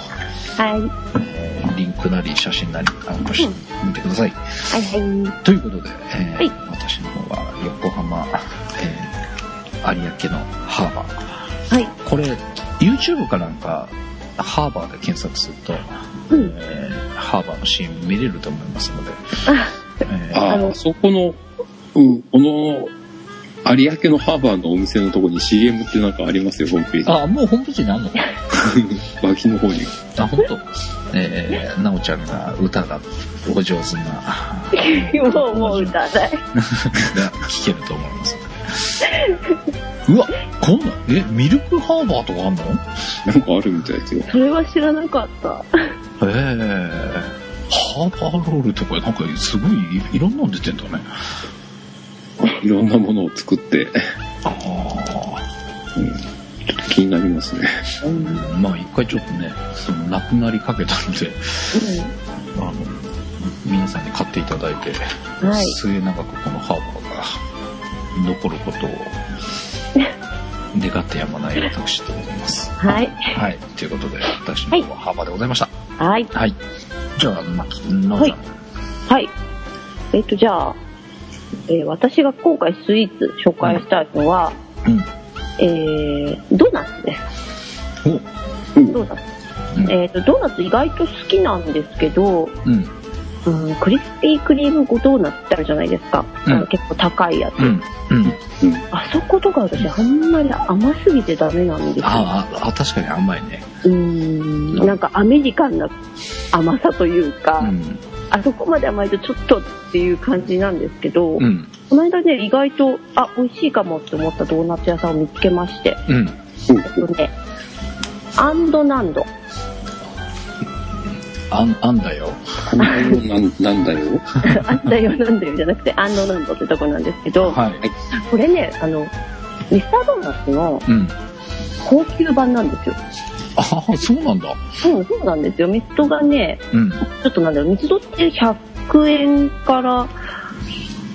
い。はえーリンクなり写真なりアップしてみてください、いはということで、えーはい私の方は横浜、えー有明のハーバーい。はこれ YouTube かなんかハーバーで検索すると、い。うん。えーハーバーのシーン見れると思いますので、えーああのあ、そこの、うん、この、有明のハーバーのお店のとこに CM ってなんかありますよ、ホームページ。あもうホームページにあんの 脇の方に。あ本当。えー、なおちゃんが歌がお上手なもう、もう歌わない。が聞けると思いますのでうわこんなんえミルクハーバーとかあんのなんかあるみたいですよ。それは知らなかった。ええハーバーロールとかなんかすごいいいろんなの出てんだねいろんなものを作って、ああちょっと気になりますね。うんまあ一回ちょっとねそのなくなりかけたのであの皆さんに買っていただいて、うん。はい。末永くこのハーバーが残ることを願ってやまない私でございます。はい。はい。ということで、私の方はハーバーでございました。はい。はい。じゃあ、まき、なおはちいゃん。はい。えっと、じゃあ、えー私が今回スイーツ紹介したいのは、うんえードーナツです。ドーナツ。うんえっと、ドーナツ意外と好きなんですけど、うん。うん、クリスピークリームドーナツってあるじゃないですか。うんあの結構高いやつ。うん。うん。あそことか私あんまり甘すぎてダメなんですよ。ああ、あ確かに甘いね。うーんなんかアメリカンな甘さというか、うん。あそこまで甘いとちょっとっていう感じなんですけうど、ん。この間ね、意外と、あ、美味しいかもって思ったドーナツ屋さんを見つけまして、うん。うえんっとね、アンドナンド。 あん、あんだよ。あんなよなんなんだよ。あったよなんだよじゃなくて、アンドナンドってとこなんですけど、はい。これね、あの、ミスタードーナツのうん。高級版なんですよ。ああ、そうなんだ。うん、そうなんですよ。ミストがね、うん。ちょっとなんだろう、ミスドって100円から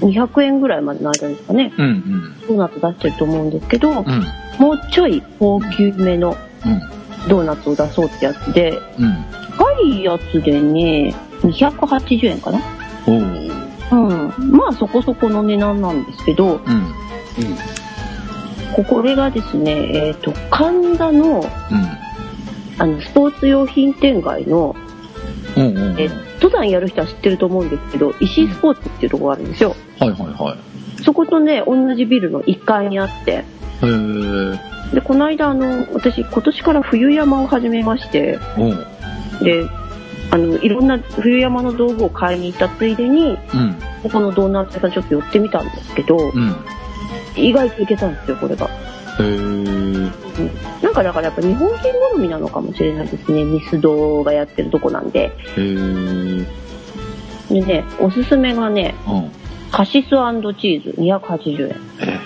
200円ぐらいまでの間ですかね、うん。うん。ドーナツ出してると思うんですけど、うん。もうちょい高級めのうんドーナツを出そうってやつで、うん。高いやつでね、280円かなおーうん。まあそこそこの値段なんですけど、うん。ここれがですね、えっ、と、神田の、うあの、スポーツ用品店街の、ん。うん。うん。え登山やる人は知ってると思うんですけど、石井スポーツっていうところがあるんですよ。はいはいはい。そことね、同じビルの1階にあって、へえ。で、この間、あの、私、今年から冬山を始めまして、おう。で、あの、いろんな冬山の道具を買いに行ったついでに、うん。ここのドーナツ屋さんちょっと寄ってみたんですけど、うん。へ意外といけたんですよ、これが。え。なんかだからやっぱ日本人好みなのかもしれないですね、ミスドがやってるとこなんで。へえ。でね、おすすめがね、うん。カシスチーズ280円。え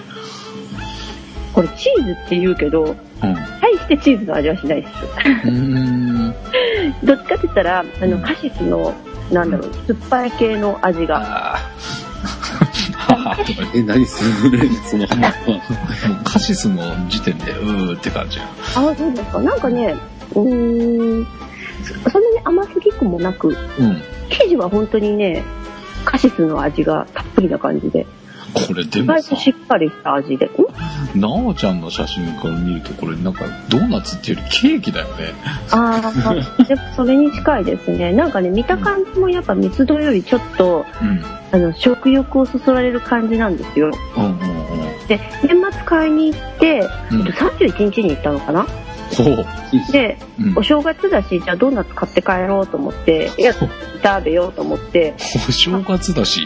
これチーズって言うけど、大してチーズの味はしないです。うん。うーん。 どっちかって言ったら、あの、カシスの、なんだろう、酸っぱい系の味が。 ああ。え、何するその話は。もうカシスの時点で、うーって感じ。あ、そうですか。なんかね、うーん、そそんなに甘すぎくもなく、うん。生地は本当にね、カシスの味がたっぷりな感じで、これで意も外さと、しっかりした味で。んなおちゃんの写真から見ると、これなんかドーナツっていうよりケーキだよね。ああ、でもそれに近いですね。なんかね、見た感じもやっぱ密度よりちょっと、あの、食欲をそそられる感じなんですよ。うん。うんうんうん。で、年末買いに行って、うん31日に行ったのかなほう。で、うんお正月だし、じゃあドーナツ買って帰ろうと思って、いや、食べようと思って、お正月だし。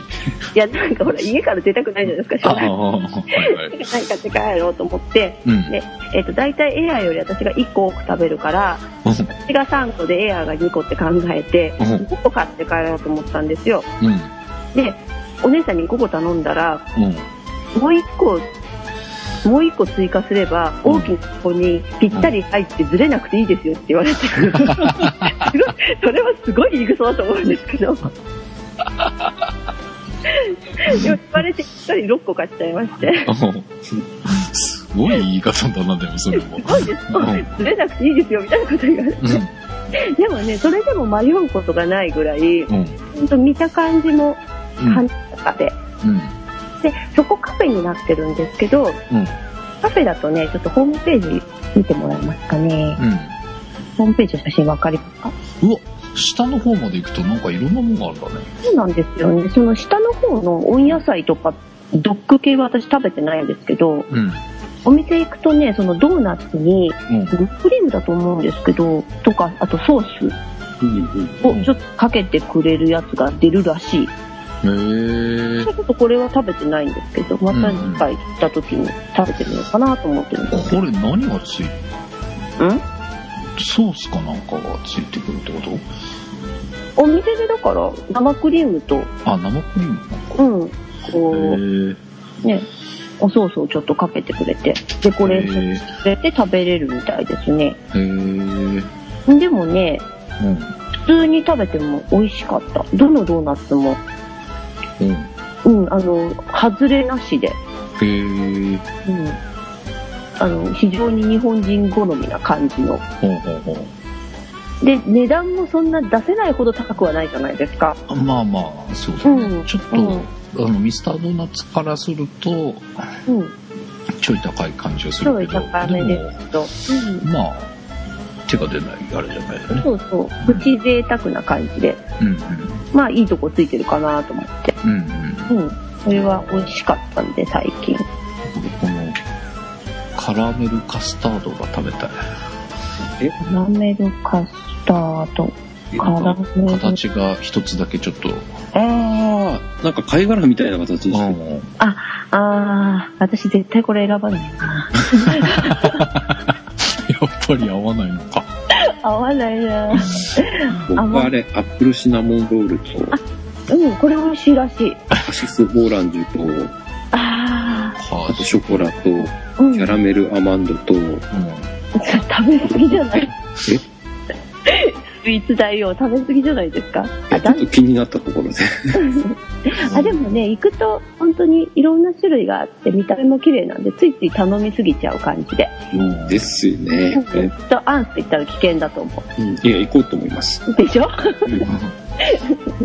いや、なんかほら、家から出たくないじゃないですあか、あ、正月。はいはい。何買って帰ろうと思って、うん。えっ、と、大体エアーより私が1個多く食べるから、私が3個でエアーが2個って考えて、うん。 5個買って帰ろうと思ったんですよ。うん。で、お姉さんに5個頼んだら、うん。もう1個、もう1個追加すれば、大きな箱にぴったり入ってずれなくていいですよって言われて、 すごいそれはすごい言い草だと思うんですけど。でも言われて1人6個買っちゃいまして、すごい言い方だな、でもそれもす。ごいです、ずれなくていいですよみたいなこと言われて。うん。でもね、それでも迷うことがないぐらい、うん。ほんと見た感じもうん。感じとかで、うん。で、そこカフェになってるんですけど、うんカフェだとね、ちょっとホームページ見てもらえますかね。うホームページの写真わかりますかん。うわ、下の方まで行くとなんかいろんなもんがあるんだね。そうなんですよね。その下の方の温野菜とか、ドッグ系は私食べてないんですけど、お店行くとね、そのドーナツに、うん。うん。ブックリームだと思うんですけど、とか、あとソースうんうん。をちょっとかけてくれるやつが出るらしい。へーちょっとこれは食べてないんですけど、また次回行った時に食べてみようかなと思ってるんです。これ何がついうんソースかなんかがついてくるってこお店でだから生クリームと、とあ、生クリームか。うん、こへう、ね、おソースをちょっとかけてくれて、デコレーションえ。してくれて食べれるみたいですね。へーでもね、うん。普通に食べても美味しかった。どのドーナツも、うん。うん、あの、外れなしで、へえ。うん。あの、非常に日本人好みな感じの。ほうほうほで、値段もそんな出せないほど高くはないじゃないですか。う。まあまあ、そうだね。うんちょっと、うんあの、ミスタードーナツからすると、うん。ちょい高い感じがすちょるいけど、高めででも、すけど。うんまあ、手が出ない、あれじゃないよね。そうそう。プチ贅沢な感じで。うんうん。まあ、いいとこついてるかなと思って。うんうん。うん。それは美味しかったんで、最近。僕この、カラメルカスタードが食べたい。カラメルカスタード。カラメル。形が一つだけちょっと、ああ、なんか貝殻みたいな形してる。あー、私絶対これ選ばないな。やっぱり合わないのか。合わないな。僕はあれ、アップルシナモンロールと、うん、これ美味しいらしい。カシスオーランジュと、あはあとショコラと、ー、うん。キャ食ラメルアマンドと、べ過ぎじゃないスイーツ代を食べ過ぎじゃないですか。えあ、ちだょっと気になったところで。 あでもね行くと本当にいろんな種類があって見た目も綺麗なんでついつい頼みすぎちゃう感じでうん。でですよね。ちょっとアンスって言ったら危険だと思えうんいや、行こうと思います。うでしょ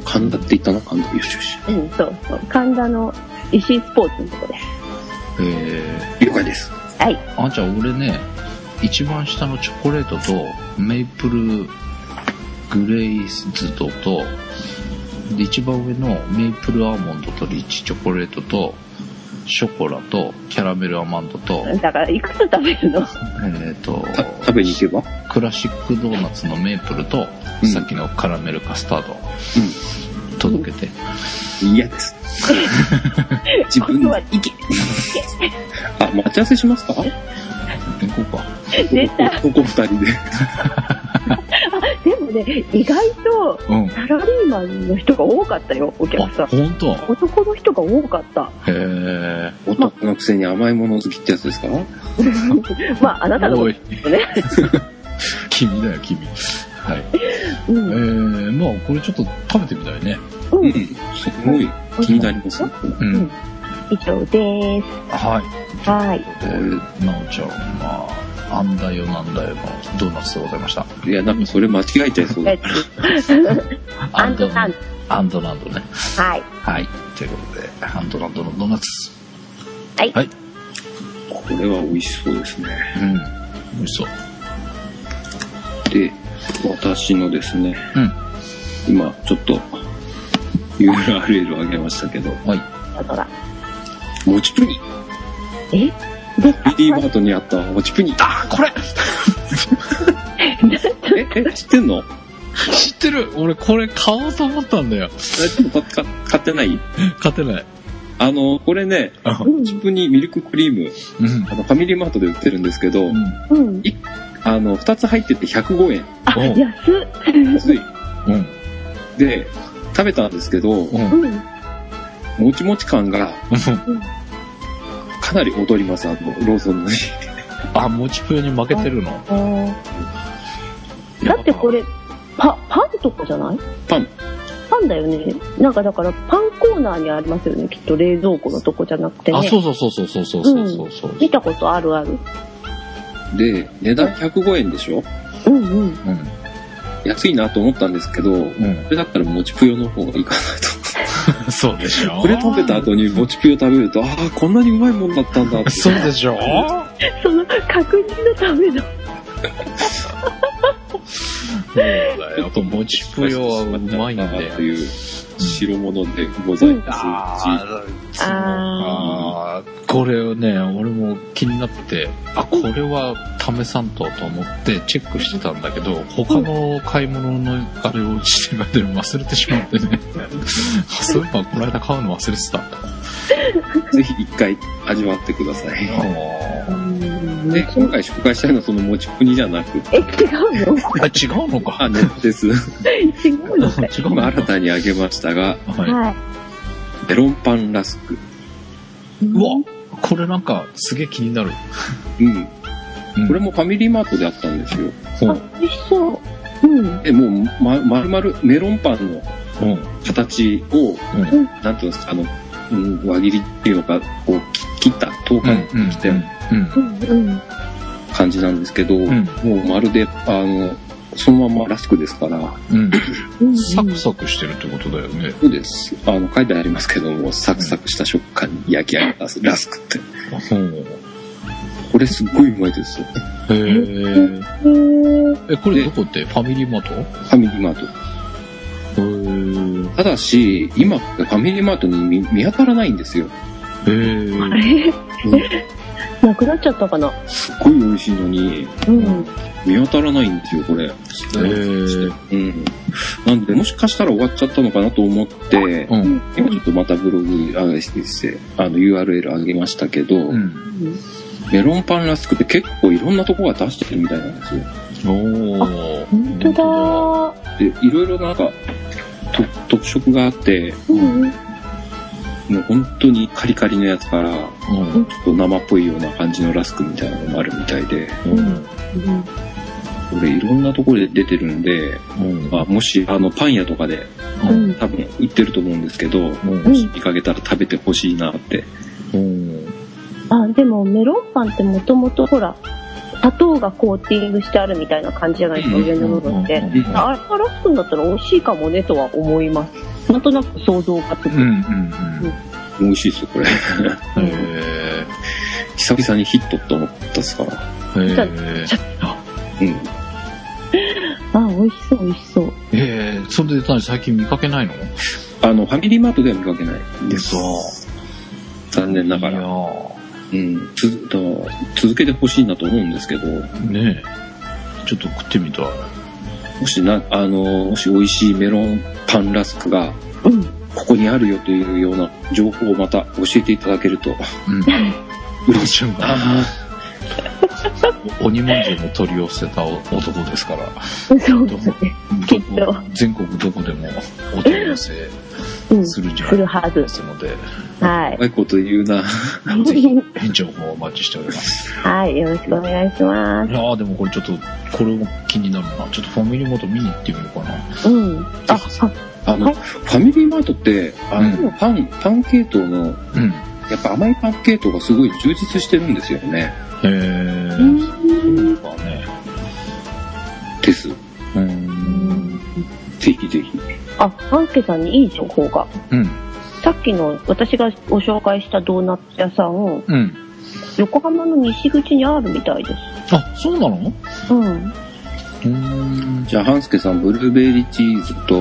神田って言ったな、神田。よしよし。うんそうそう神田の石井スポーツのとこですえ了解です。はいー、あ、じゃあ俺ね、一番下のチョコレートと、メイプルグレイズドと、で、一番上のメイプルアーモンドとリッチチョコレートと、ショコラとキャラメルアマンドと、えっ、だからいくつ食べるのと、た食べに行けばクラシックドーナツのメープルと、うんさっきのカラメルカスタード、届けて、嫌です。自分今度はで行け。あ、待ち合わせしますか行こうか。出た男二人で。でもね意外とうん。サラリーマンの人が多かったよお客さあ、んほんと男の人が多かった。へえ。男のくせに甘いもの好きってやつですかまあ、あなたのこおとい、ですね。 君だよ、君。はい。うえん。ー、まあ、これちょっと食べてみたいね。ううん。ん。すごい気になります。ううんん。以上ではい。す。はい。で、なおちゃん、まあ、あんだよなんだよのドーナツでございました。いや、なんかそれ間違えちゃいそうだえ。っとアンドアランンドアンドランドね。はい。はい。ということで、アンドランドのドーナツ。はいはい。これは美味しそうですね。うん。美味しそう。で、私のですね、うん。今ちょっと URL を上げましたけど、はい。だから。もちぷに、えで、ビディバートにあったもちぷに、あー、これえ、え、知ってんの 知ってる俺これ買おうと思ったんだよ。えでも買買買ってない勝てない。あの、これね、あうん普通にミルククリーム、うん。あの、ファミリーマートで売ってるんですけどう、ん。うん。あの、2つ入ってて105円。あ、うん安っ。安い。うん。で、食べたんですけど、うん。うん。うん。もちもち感がかなり劣ります、あの、ローソンのね。あ、もちぷよに負けてるの。だってこれ、パ、パンとかじゃないパン。パンだよね。なんかだから、パンコーナーにありますよね。きっと冷蔵庫のとこじゃなくてあ、ね。そうそうそうそうそうそうそうそう。見たことあるある。で、値段105円でしょうんうん。うん。安いなと思ったんですけど、うん。それだったらもちぷよの方がいいかなと。そうでしょこれ食べた後にもちぷよ食べると、ああ、こんなにうまいもんだったんだって。そうでしょその確認のための。そうだよ。あと、もちぷよはうまいんだよと。いう白物でございます。うあーあーこれをね、俺も気になって、あ、これは試さんとと思ってチェックしてたんだけど、他の買い物のあれをしてる間に忘れてしまってね。あそういえば、この間買うの忘れてた。ちぜひ一回味わってください。あうんで、今回紹介したいのはそのもちぷにじゃなく、え、違う違のうのあ、か。ネッ トです。違うのか違うの今か新たにあげましたが、ははい。メロンパンラスク。い。うわこれなんかすげえ気になる。うん。うんこれもファミリーマートであったんですよ。うんあ、美味しそう。うん。で、もう、ま、まるまるメロンパンのうん。形を、うんなんていうんですか、あの、うん、輪切りっていうのか、こう、き切った、等うん。間にしたようなうん。うんうん。感じなんですけど、うん。もうまるで、あの、そのままラスクですから、うん。うん。サクサクしてるってことだよね。そうです。あの、書いてありますけども、サクサクした食感に焼き上げたラスクって。うん。これすっごいうまいですよ。へーへーえ、これどこってファミリーマートファミリーマート。へーただし、今、ファミリーマートに見見当たらないんですよ。へーあれうん なくなっちゃったかなすっごい美味しいのに、うん。見当たらないんですよ、これ。へーうん。なんで、もしかしたら終わっちゃったのかなと思って、うん。今ちょっとまたブログにあげしてあの URL あげましたけど、うん。メロンパンラスクって結構いろんなとこが出してるみたいなんですよ。おー。本当だー。で、いろいろなんか、と特色があって、うんうん。もう本当にカリカリのやつから、ちうん。ょっと生っぽいような感じのラスクみたいなのもあるみたいで、これいろんなところで出てるんで、うん。まあ、もしあのパン屋とかでううん。ん。多分売ってると思うんですけど、うんう。ん。見かけたら食べてほしいなって。うん。あ、でもメロンパンってもともとほら、砂糖がコーティングしてあるみたいな感じじゃないですか、うん上の部分って。あれからラスクになったら美味しいかもねとは思います。なんとなく想像がつうく。ん。うん。美味しいですよ、これ。 へえ。久々にヒットって思ったっすから。へうん。あ、美味しそう、美味しそう。え。へえ。それで何最近見かけないのあの、ファミリーマートでは見かけないんです。そう。残念ながいやら。うん。つだ続けてほしいなと思うんですけど、ーねえ。ちょっと食ってみたい。もしな、あの、もし美味しいメロンパンラスクが、うん。ここにあるよというような情報をまた教えていただけると、 うん。嬉しい。しいな。 あ鬼まんじゅうも取り寄せた男ですから。そうですね。どきっとこ全国どこでもお取り寄せうん。すするんじゃないるはずで。すので、はあ、うまいこと言うな。い。情報をお待ちしており ます。はい、よろしくお願いしまいやーでもこれちょっと、これも気になるな。ちょっとファミリーマート見に行ってみようかな。す。うん。あ、あ、あの、はいファミリーマートって、あの、うんパン、パン系統の、うん。やっぱ甘いパン系統がすごい充実してるんですよね。えうー、ん。そうかね。です。うーん。ぜひぜひ。あ、アンケさんにいい情報が。うん。さっきの私がご紹介したドーナツ屋さん、うん。横浜の西口にあるみたいです。あ、そうなのううん。ーん。じゃあ、半助さん、ブルーベリーチーズと、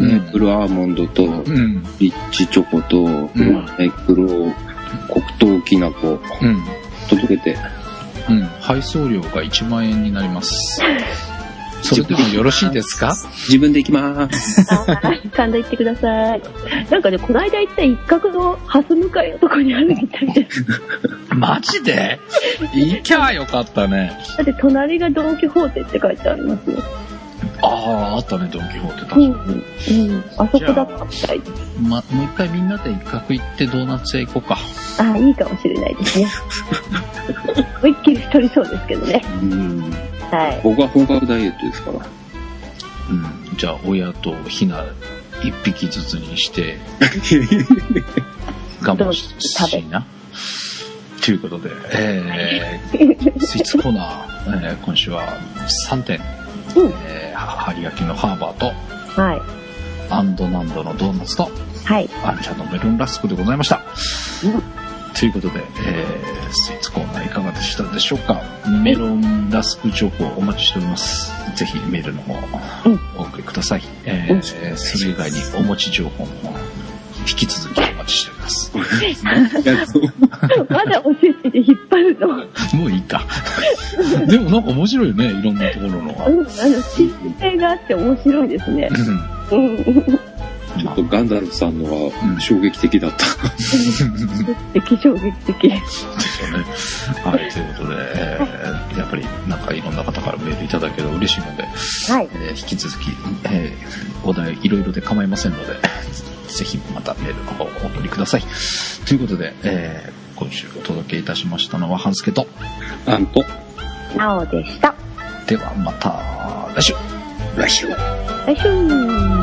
メープルアーモンドと、うん。リッチチョコと、んメープルを黒糖きな粉、うん。届けて、うん、配送料が1万円になります。それでもよろしいですか自分で行きます。はい、神田行ってください。なんかね、この間行った一角のハス向かいのとこにあるみたいで。 マジで行きゃよかったね。だって隣がドン・キホーテって書いてありますよ。ああ、あったね、ドン・キホーテ確かうん。うん。あそこだったみたいです。ま、もう一回みんなで一角行ってドーナツ屋行こうか。ああ、いいかもしれないですね。思いっきり太りそうですけどね。うん。はい。僕は本格ダイエットで すから。うん。じゃあ、親とヒナ一匹ずつにして、我慢してほしいな。ということで、えー、スイーツコーナー、えー今週は3点、うんえー、はり焼きのハーバーと、はい。アンドナンドのドーナツと、はい。アンちゃんのメロンラスクでございました。うんということで、えー、スイーツコーナーいかがでしたでしょうかメロンラスク情報お待ちしております。ぜひメールの方うんお送りください。えうんー、それ以外にお持ち情報も引き続きお待ちしております。いやそうまだおせちで引っ張るの。もういいか。 でもなんか面白いよね、いろんなところのが。ううんん、あの、新鮮があって面白いですね。 うん。ちょっとガンダルフさんのうんは衝撃的だった。激衝撃的。ですよね。はい、ということで、えーやっぱりなんかいろんな方からメールいただけると嬉しいので、はい。えー引き続き、えーお題いろいろで構いませんので、 ぜひまたメールの方をお送りください。ということで、えー今週お届けいたしましたのは半助と、あんと、なおでした。ではまた来週来週来週